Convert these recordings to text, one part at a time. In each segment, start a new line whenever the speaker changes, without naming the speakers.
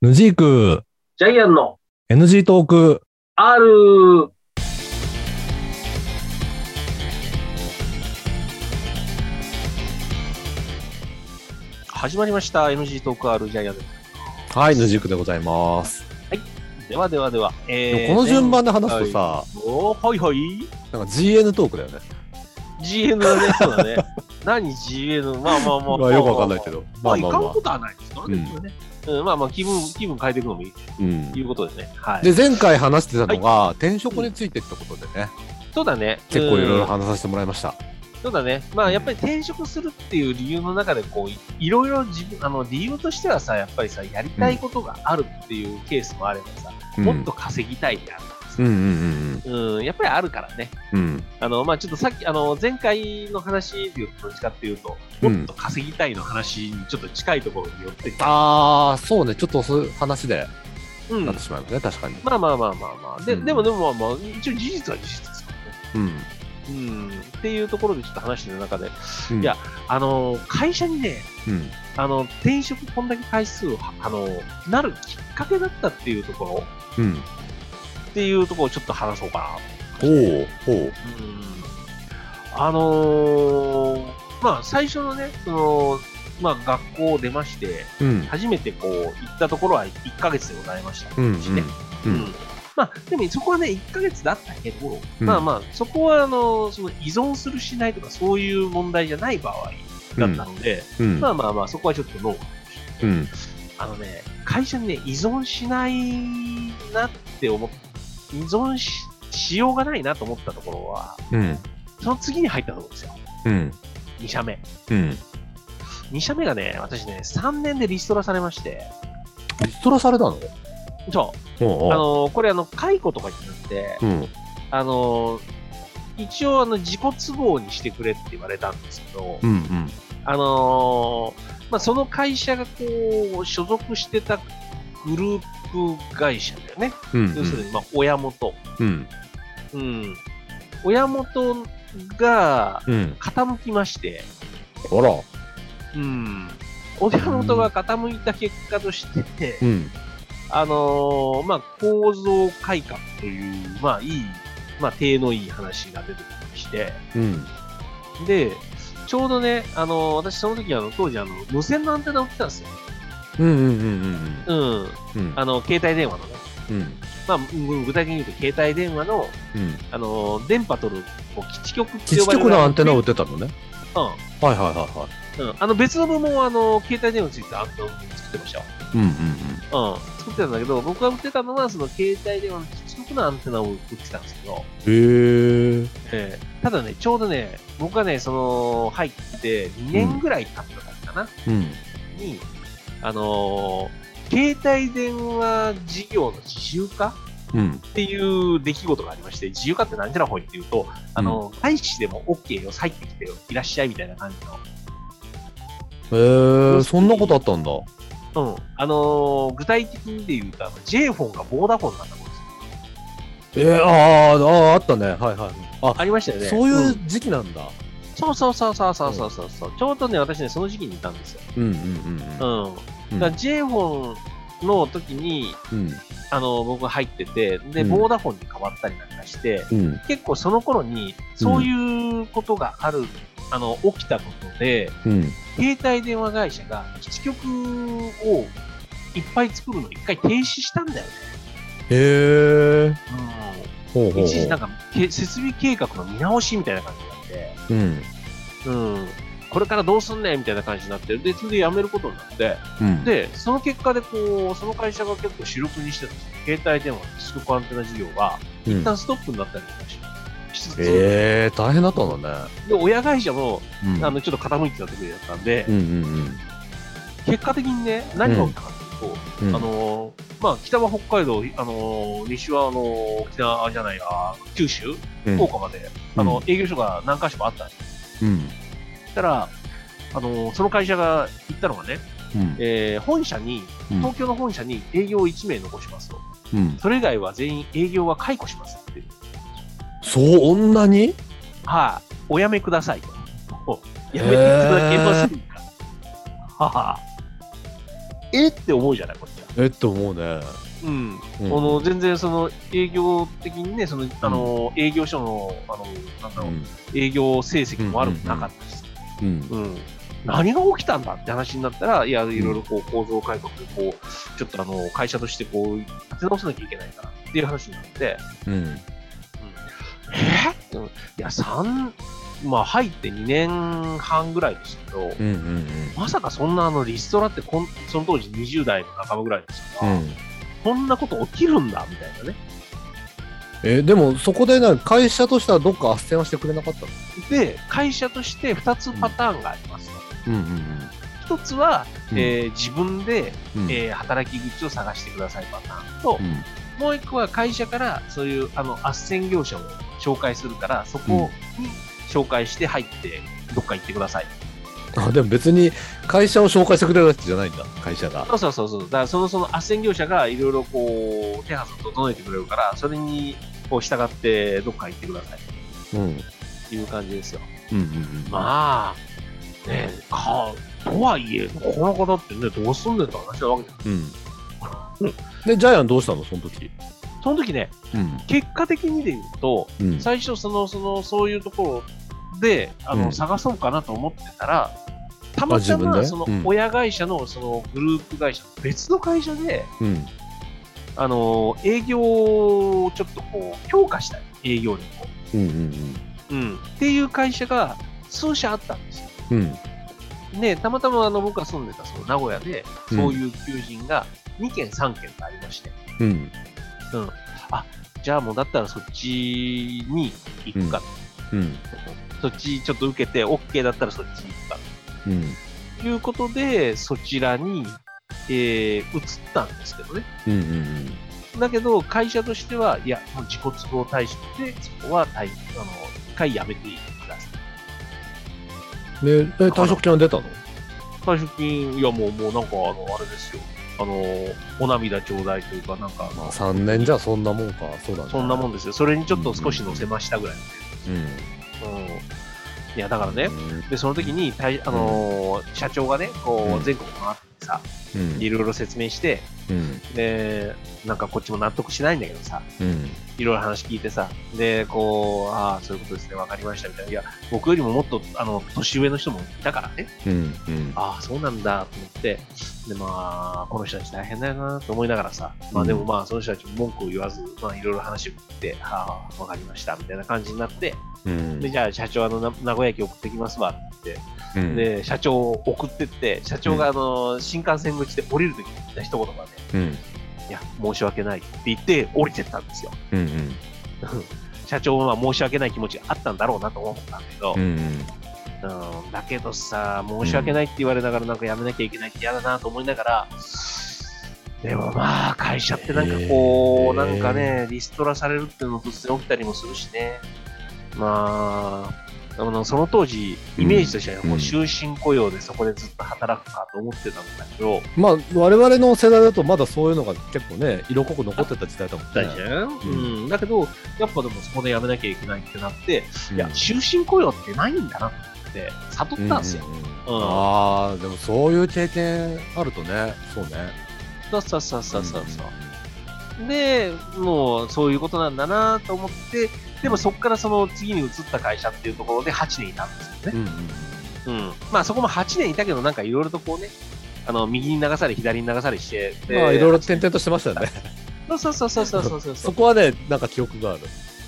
ヌジーク、
ジャイアンの
NG トーク。
R! 始まりました NG トーク R ジャイアンで
はい、ヌジークでございます。
すではではでは、えー
でもこの順番で話すとさ、
前回おーはいはい
なんか GN トークだよね。
GN だねそうだ ね何 GN まあまあまあ、
まあよくわかんないけ
ど
ど。
ま
ま
あ
あ
い
ま
か
あ
ん
まあ
こ。とはないですからね、
うん
これねうん、まあまあ気分気分変えていくのもいい
うん
いうことですねはい
で、前回話してたのが、転職についてってことでね、
そうだね
結構いろい
うん
ろ話させてもらいました。
そうだね。まあ、やっぱり転職するっていう理由の中で、こう、いいろいろ自分、あの、理由としてはさ、やっぱりさ、やりたいことがあるっていうケースもあればさ、
うん
もっと稼ぎたいであるとかさ
うん、うん
うん、やっぱりあるからね。
うんうん。
あの、まあ、ちょっとさっき、あの、前回の話でどっちかっていうと、
うん
もっと稼ぎたいの話にちょっと近いところによってた。
あー、そうね、ちょっとそういう話で
うん。
なっ
ま
てしまいますね、確かに。
あまあまあまあまあ。で、
うん
でもでもまあまあ、一応事実は事実ですからね。
うん。
うん。っていうところでちょっと話してる中で、
うん
いや、あの、会社にね、
うん。
あの、転職こんだけ回数を、あの、なるきっかけだったっていうとこ
う
ろ
ん。
っていうところをちょっと話そうか
ほう、ほう。
な。うん。あのーまあ、最初のね、その、まあ、学校を出まして、
うん。
初めてこう、行ったところは1ヶ月でございました。
うん。うん
して
うん
まあ、でもそこはね、1ヶ月だったけど、
うん
まあまあ、そこは、あの、その依存するしないとかそういう問題じゃない場合だったので、
うん
まあまあまあ、そこはちょっとノー
うん。
あのね、会社にね、依存しないなって思っ依存し、しようがないなと思ったところは、
うん。
その次に入ったところですよ。
うん。
2社目。
うん。
2社目がね、私ね、3年でリストラされまして、
リストラされたの
そ
お
う、
う
あ
おう
のーこれあの、解雇とかになって、
うん。
あのー一応あの、自己都合にしてくれって言われたんですけど
う、ん。うん。
あのーまあ、その会社がこう、所属してたグループ会社だよね。
うん。
要するに、まあ、親元。
うん。
うん、親元が
うん。
傾きまして、
あら。
うん、親元が傾いた結果として、
うん。
あのーまあ、構造改革という、まあ、いい、まあ、体のいい話が出てきまして、
うん。
で、ちょうどね、あのー私その時、あの、当時、あの、無線のアンテナを売ってたんですよ。
うん。うん。うん。
うん。
うん。
あの、携帯電話のね。
うん。
まあ、うん具体的に言うと、携帯電話の、
うん。
あのー電波取る、こう基地局って
基
呼
地
ばれる。
局のアンテナを
う
売
ん
っ。てたのね。はいはいはいはい。
うん、あの別の部門はあの携帯電話についてあった部門作ってましたよ。
うんうん
うん、作ってたんだけど、僕が売ってたのはその携帯電話の基地局のアンテナを売ってたんですけど、
うん。へえ。
えーただね、ちょうどね、僕がね、その入って2年ぐらい経った時かな、
うん。
に、あのー携帯電話事業の自由化
うん。
っていう出来事がありまして、自由化って何じゃらほいっていうと、あのー、外資でも OK よ、入ってきてよ、いらっしゃいみたいな感じの
へえ、そんなことあったんだ。
うん、あのー具体的にで言うと、あの J フォンがボーダフォンになったことです。
えー、あーあー、あったね。はいはい。あ、
ありましたよね。
そう
う
い
ん
う時期なんだ。
そうそうそうそうそうそうそうそう、ちょうどね、私ね、その時期にいたんですよ。
うんうん
うん。
うん
だから J フォンの時に、
うん。
あのー僕が入ってて、で、
うん
ボーダフォンに変わったりなんかして、
うん。
結構その頃に、そういうことがある、あの、起きたことで、
うん。
携帯電話会社が基地局をいっぱい作るのを一回停止したんだよね。
へえ。
うん。
ほうほうほ
一時なん
う。
かけ設備計画の見直しみたいな感じになって、
うん。
うん、これからどうすんねんみたいな感じになってでそれで辞めることになって
うん。
でその結果でこうその会社が結構主力にしてた携帯電話の基地局アンテナ事業が
う
一
ん、
旦ストップになったりとかししつつ、
えー、大変だったんだね。
で親会社も
うん
あのちょっと傾いてた時だったんで、
うんうん
結果的にね何が起きたかっていうと、
うん。
あのーまあ、北は北海道、あのー西はあのー沖縄じゃないや九州
うん
福岡まで、あの営業所が何箇所もあったんですよ
うん。
たら、あのその会社が言ったのがね、
うん。
えー本社に、
うん
東京の本社に営業を1名残しますと、
うん。
それ以外は全員営業は解雇しますっていう、
そう、女に
はい、おやめくださいと、おやめていただけませんか、ははえって思うじゃない、こっちは。
えっと、思うね。
うん、
うん
この全然その営業的にね、そのあの営業所のあのなんだろう、
うん
営業成績も悪くなかったし、
うん。
うん何が起きたんだって話になったら、いや、いろいろこう構造改革でこう、ちょっとあの会社としてこう立て直さなきゃいけないからっていう話になって、
うん。
えって思ういや、三まあ、入って2年半ぐらいですけど、
うん。うん。
まさかそんなあのリストラってこん、その当時20代の半ばぐらいです
う
から、
ん。
こんなこと起きるんだみたいなね。
え、でも、そこでな、会社としてはどっか斡旋はしてくれなかったの
で、会社として2つパターンがあります。
うんうん
一つは、
うん
えー自分で、
うん。
えー働き口を探してくださいパターンと、
うん。
もう一個は会社からそういうあの斡旋業者を紹介するから、そこに紹介して入って、どっか行ってください。
あ、でも別に会社を紹介してくれるわけじゃないんだ、会社が。
そうそうそうそう。だからそのその斡旋業者がいろいろこう手はずを整えてくれるから、それにこう従ってどっか行ってください
うん。うん
っていう感じですよ。
うんうん。
まあ、ねえ、か、とはいえ、この方ってね、どうすんねんって話なわけじゃん。
うん。で、ジャイアンどうしたのその時。
その時ね、
うん。
結果的にで言うと、
うん。
最初そのそのそういうところであの、
うん
探そうかなと思ってたらたまた
あ自分
ま
で
その
うん
親会社のそのグループ会社別の会社で
うん。
あの営業をちょっとこう強化したい営業力
うんうん
を、うん、っていう会社が数社あったんですよ。
うん。うん。
ね、たまたまあの僕が住んでたその名古屋でそういう求人が2件3件とありまして、
うん。
うん、あじゃあもうだったらそっちに行くか、
うん。
そっちちょっと受けて OK だったらそっち行くか
うん。
ということで、そちらに、えー移ったんですけどね。
うんうんうん。
だけど、会社としては、いや、もう自己都合対象で、そこは退あの、一回やめてください。
で、え退職金は出たの
退職金、いや、もう、もうなんか、あの、あれですよ。あの、お涙ちょうだいというか、なんか、
まあ3年じゃそんなもんか。そうだね。
そんなも
ん。
んですよ。それにちょっと少し乗せましたぐらい。
うん。
うん。いや、だからね
う。ん
で、その時に、退あの社長がね、こ
う
う、
ん
全国回ってさ、
うん
いろいろ説明して、
うん
で、なんかこっちも納得しないんだけどさ、
うん
いろいろ話聞いてさ、で、こう、ああ、そういうことですね、わかりましたみたいな、いや、僕よりももっと、あの、年上の人もいたからね、
うんうん
ああ、そうなんだと思って、で、まあ、この人たち大変だよなと思いながらさ、まあ
うん
でもまあ、その人たちも文句を言わず、まあ、いろいろ話を聞いて、ああ、わかりました、みたいな感じになって、
うん
で、じゃあ、社長、あの、な名古屋駅送ってきますわ、って、
うん
で、社長を送ってって、社長が、あの、新幹線口で降りるときに言った一言がね、
うん
いや、申し訳ないって言って、降りてったんですよ。
うんうん
社長は申し訳ない気持ちがあったんだろうなと思ったんだけど、
うんうん
うんだけどさ、申し訳ないって言われながら、なんかやめなきゃいけないって嫌だなと思いながら、でもまあ、会社ってなんかこう、
えー
なんかね、リストラされるっていうのも突然起きたりもするしね、まあ、あのその当時、イメージとしてはこ
う
うん終身雇用でそこでずっと働くかと思ってたんだけど、
まあ我々の世代だとまだそういうのが結構ね色濃く残ってた時代だもんね。
うんだけど、やっぱでもそこでやめなきゃいけないってなって、
うん
いや、終身雇用ってないんだなって悟ったんですよ。
うう
うん
ああでもそういう経験あるとねそうね。
そうそうそうそうそうそう。で、もうそういうことなんだなと思って、でもそこからその次に移った会社っていうところで8年いたんですよね。
うんうん
うん。まあそこも8年いたけど、なんかいろいろとこうね、あの、右に流され、左に流されして、で
まあいろいろ転々としてましたよね。
そうそうそうそうそうそうそ
そこはねなんか記憶がある。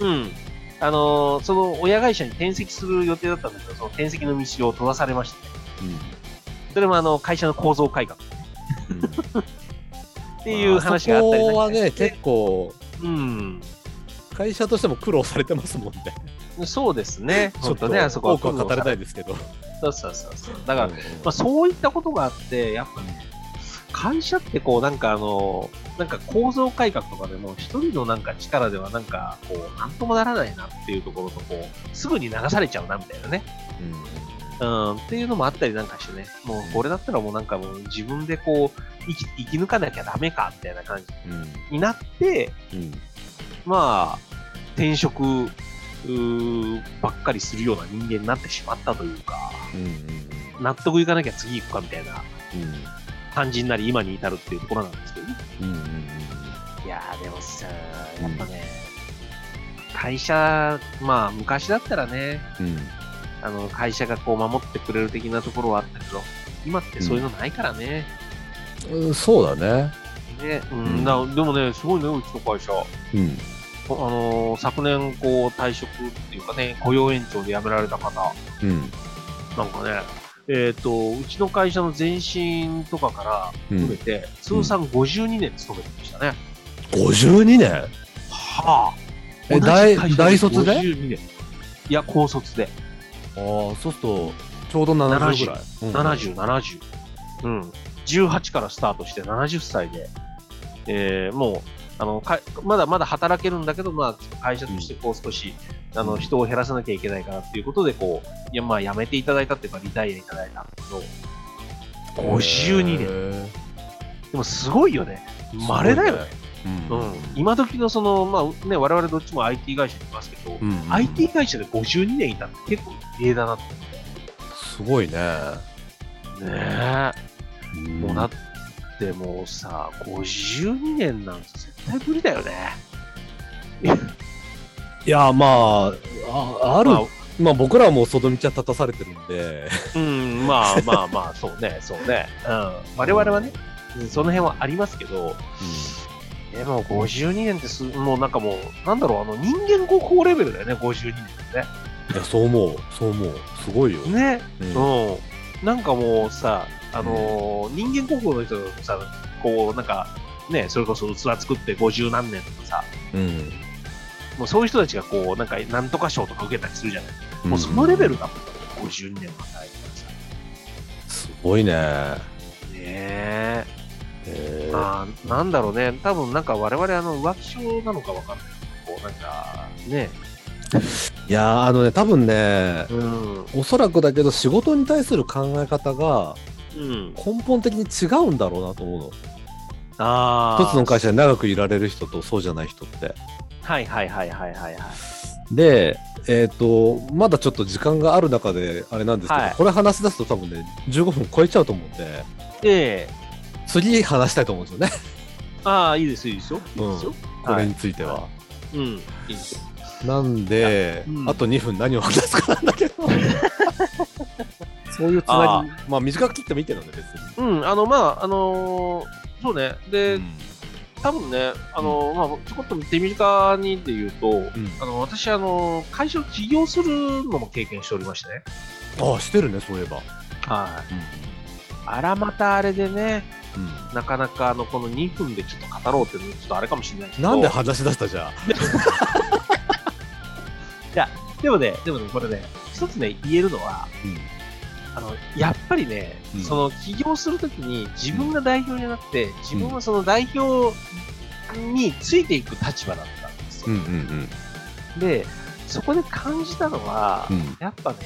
う。うん。あのーその親会社に転籍する予定だったんだけど、その転籍の道を閉ざされまして、それもあの、会社の構造改革っ
うんうん
ていう話があった
まあそ
りなん
こ
か
はね
して
結構
うん。
会社としても苦労されてますもんね。
そうですね。
ちょ
本
っと
当ね、あそこ
多くは語れないですけど。
そうそうそうそう。だから、
うん
まあ、そういったことがあって、やっぱね、会社ってこう、なんかあの、なんか構造改革とかでも、一人のなんか力ではなんか、こう、なんともならないなっていうところと、こう、すぐに流されちゃうなみたいなね。うん、っていうのもあったりなんかしてね、もうこれだったらもうなんかもう自分でこう、生き、生き抜かなきゃダメか、みたいな感じ
うん
になって、
うんうん
まあ、転職、うーばっかりするような人間になってしまったというか、
うんうん
納得いかなきゃ次行くかみたいな
うん
感じになり、今に至るっていうところなんですけどね。
うんうんうん
いやー、でもさ、やっぱね、会社、まあ、昔だったらね、
うん
あの、会社がこう守ってくれる的なところはあったけど、今ってそういうのないからね。
うんうんそうだね
ね、う
うん
ん、なでもね、すごいね、うちの会社。
うん
あのー昨年、こう、退職っていうかね、雇用延長で辞められた方、
うん
なんかね、えっ、と、うちの会社の前身とかから
うん
含めて、通算52年勤めてましたね。
52年
はあ。
え
同じ
大
会社
大卒で
?52 年。いや、高卒で。
ああそうするとちょうど70ぐらい
70、70。うん。18からスタートして70歳で、えーもう、あの、かまだまだ働けるんだけど、まあ、ちょっと会社としてこう少し、あ
う
の、
ん
人を減らさなきゃいけないからっていうことで、こう、いや、まあ、辞めていただいたっていうか、リタイアいただいたんだけど、52年。
年
でもすごいよね。稀だよね。
うん
うん。今時のその、まあ、ね、我々どっちも IT 会社にいますけど、
うん
IT 会社で52年いたって結構異例だなと思
すごいね
って。ねえ。もうだ
っ
ってもうさ、52年なんて絶対無理だよね。
いやまああある
まあ
まあ僕らはもう外道は立たされてるんで、
うん、まあまあまあ、そうね、そうね。うん。我々はね、うんその辺はありますけど、でも52年ってす、もうなんかもう、なんだろう、あの、人間国宝レベルだよね、52年っ
いやそう思うそう思うすごいよ、
てね。ね。
うん
うん。なんかもうさ、あのー人間国宝の人がさ、こう、なんか、ね、それこそ器作って50何年とかさ、
うん
もうそういう人たちがこう、なんか、なんとか賞とか受けたりするじゃないもうそのレベルだもん、52年も働いてますから
すごいね
ねえ。
えー
まあ、なんだろうね、多分なんか我々あの浮気症なのかわかんないけど、こうなんか、ね、
いやーあのね多分ね
うん、
おそらくだけど仕事に対する考え方が
うん、
根本的に違うんだろうなと思うの
ああ、
一つの会社に長くいられる人とそうじゃない人って
はいはいはいはいはいはい。
でえっ、とまだちょっと時間がある中であれなんですけど、
はい
これ話し出すと多分ね15分超えちゃうと思うんで
で、
次話したいと思うんですよね
ああ、いいですよ、いいですよ、いいですよ。
これについては、
うん、いいですよ。
なんで、
うん
あと2分何を話すかなんだけどそういうつな
あ
ぎまあ短く切ってもいいけどね別に、
うん、あの、まあ、あのーそうね、で、
うん
多分ね、あのーまあ、ちょこっと手短にで言うと、
うん
あの私、あのー会社を起業するのも経験しておりましてね。
ああしてるねそういえば
はい。あらまたあれでね、
うん、
なかなかあのこの2分でちょっと語ろうっていうのはちょっとあれかもしれないけど
なんで話し出したじゃあ
でもねでもねこれね一つね言えるのはあのやっぱりね、
うん
その起業するときに自分が代表じゃなくて自分はその代表についていく立場だったんです
うん
よ、
うんうん
でそこで感じたのは、
うん
やっぱね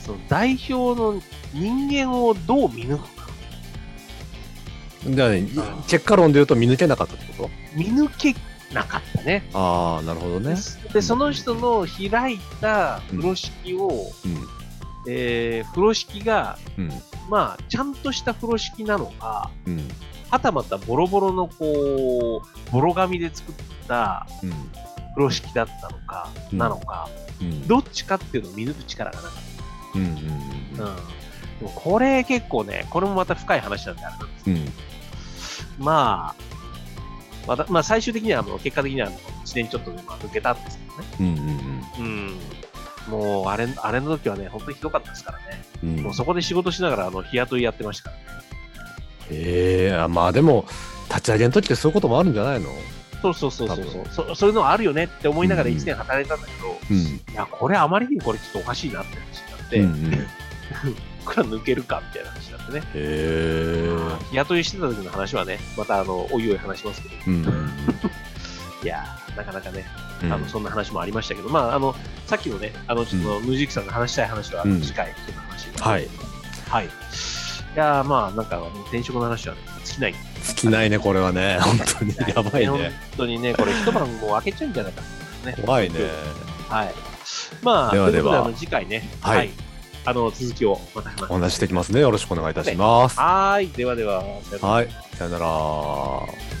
その代表の人間をどう見抜くか
じゃあね、結果論で言うと見抜けなかったってこ
見抜けなかったね
とああなるほどね
でその人の開いた風呂敷を、
う
えー風呂敷が、
んうん
まあ、ちゃんとした風呂敷なのか、
うん
はたまたボロボロのこう、ボロ紙で作った
うん
風呂敷だったのか、
うん
なのか、
うん
どっちかっていうのを見抜く力がなかっ
うんうん
た。うん。でもこれ結構ね、これもまた深い話なんであれなんです
う
け
ん
ど、まあ、また、まあ最終的にはあの、結果的にはあの、1年ちょっとでまあ抜けたんですけどね。
うんうん
うん。もう、あれ、あれの時はね、本当にひどかったですからね。
うんうん
もうそこで仕事しながら、あの、日雇いやってましたからね。
ええあまあでも立ち上げの時ってそういうこともあるんじゃないの
そうそうそうそうそうそそういうのはあるよねって思いながら1年働いたんだけど、
うん
いやこれあまりにもこれちょっとおかしいなって話になって、
うんうん、へ
いくら抜けるかみたいな話になってね、
え
日雇いしてた時の話はねまたあのおいおい話しますけど
うん
いやーなかなかね
う
あ
ん
のそんな話もありましたけど、まああのさっきのねあのちょっとムジックさんが話したい話は
うん
次回ちょっと話します
はい
はいいやーまあなんかあの転職の話は、ね、尽きない
尽きないねこれはね本当にやばい
本
ね
当にねこれ一晩もう開けちゃうんじゃないかな
怖いね
はい。まあ、
ではでは
ということあの次回ね、
はい
あの、続きをまた話します
お話ししていきますね。よろしくお願いいたします。
はーい。ではでは、さよなら
はい。さよなら。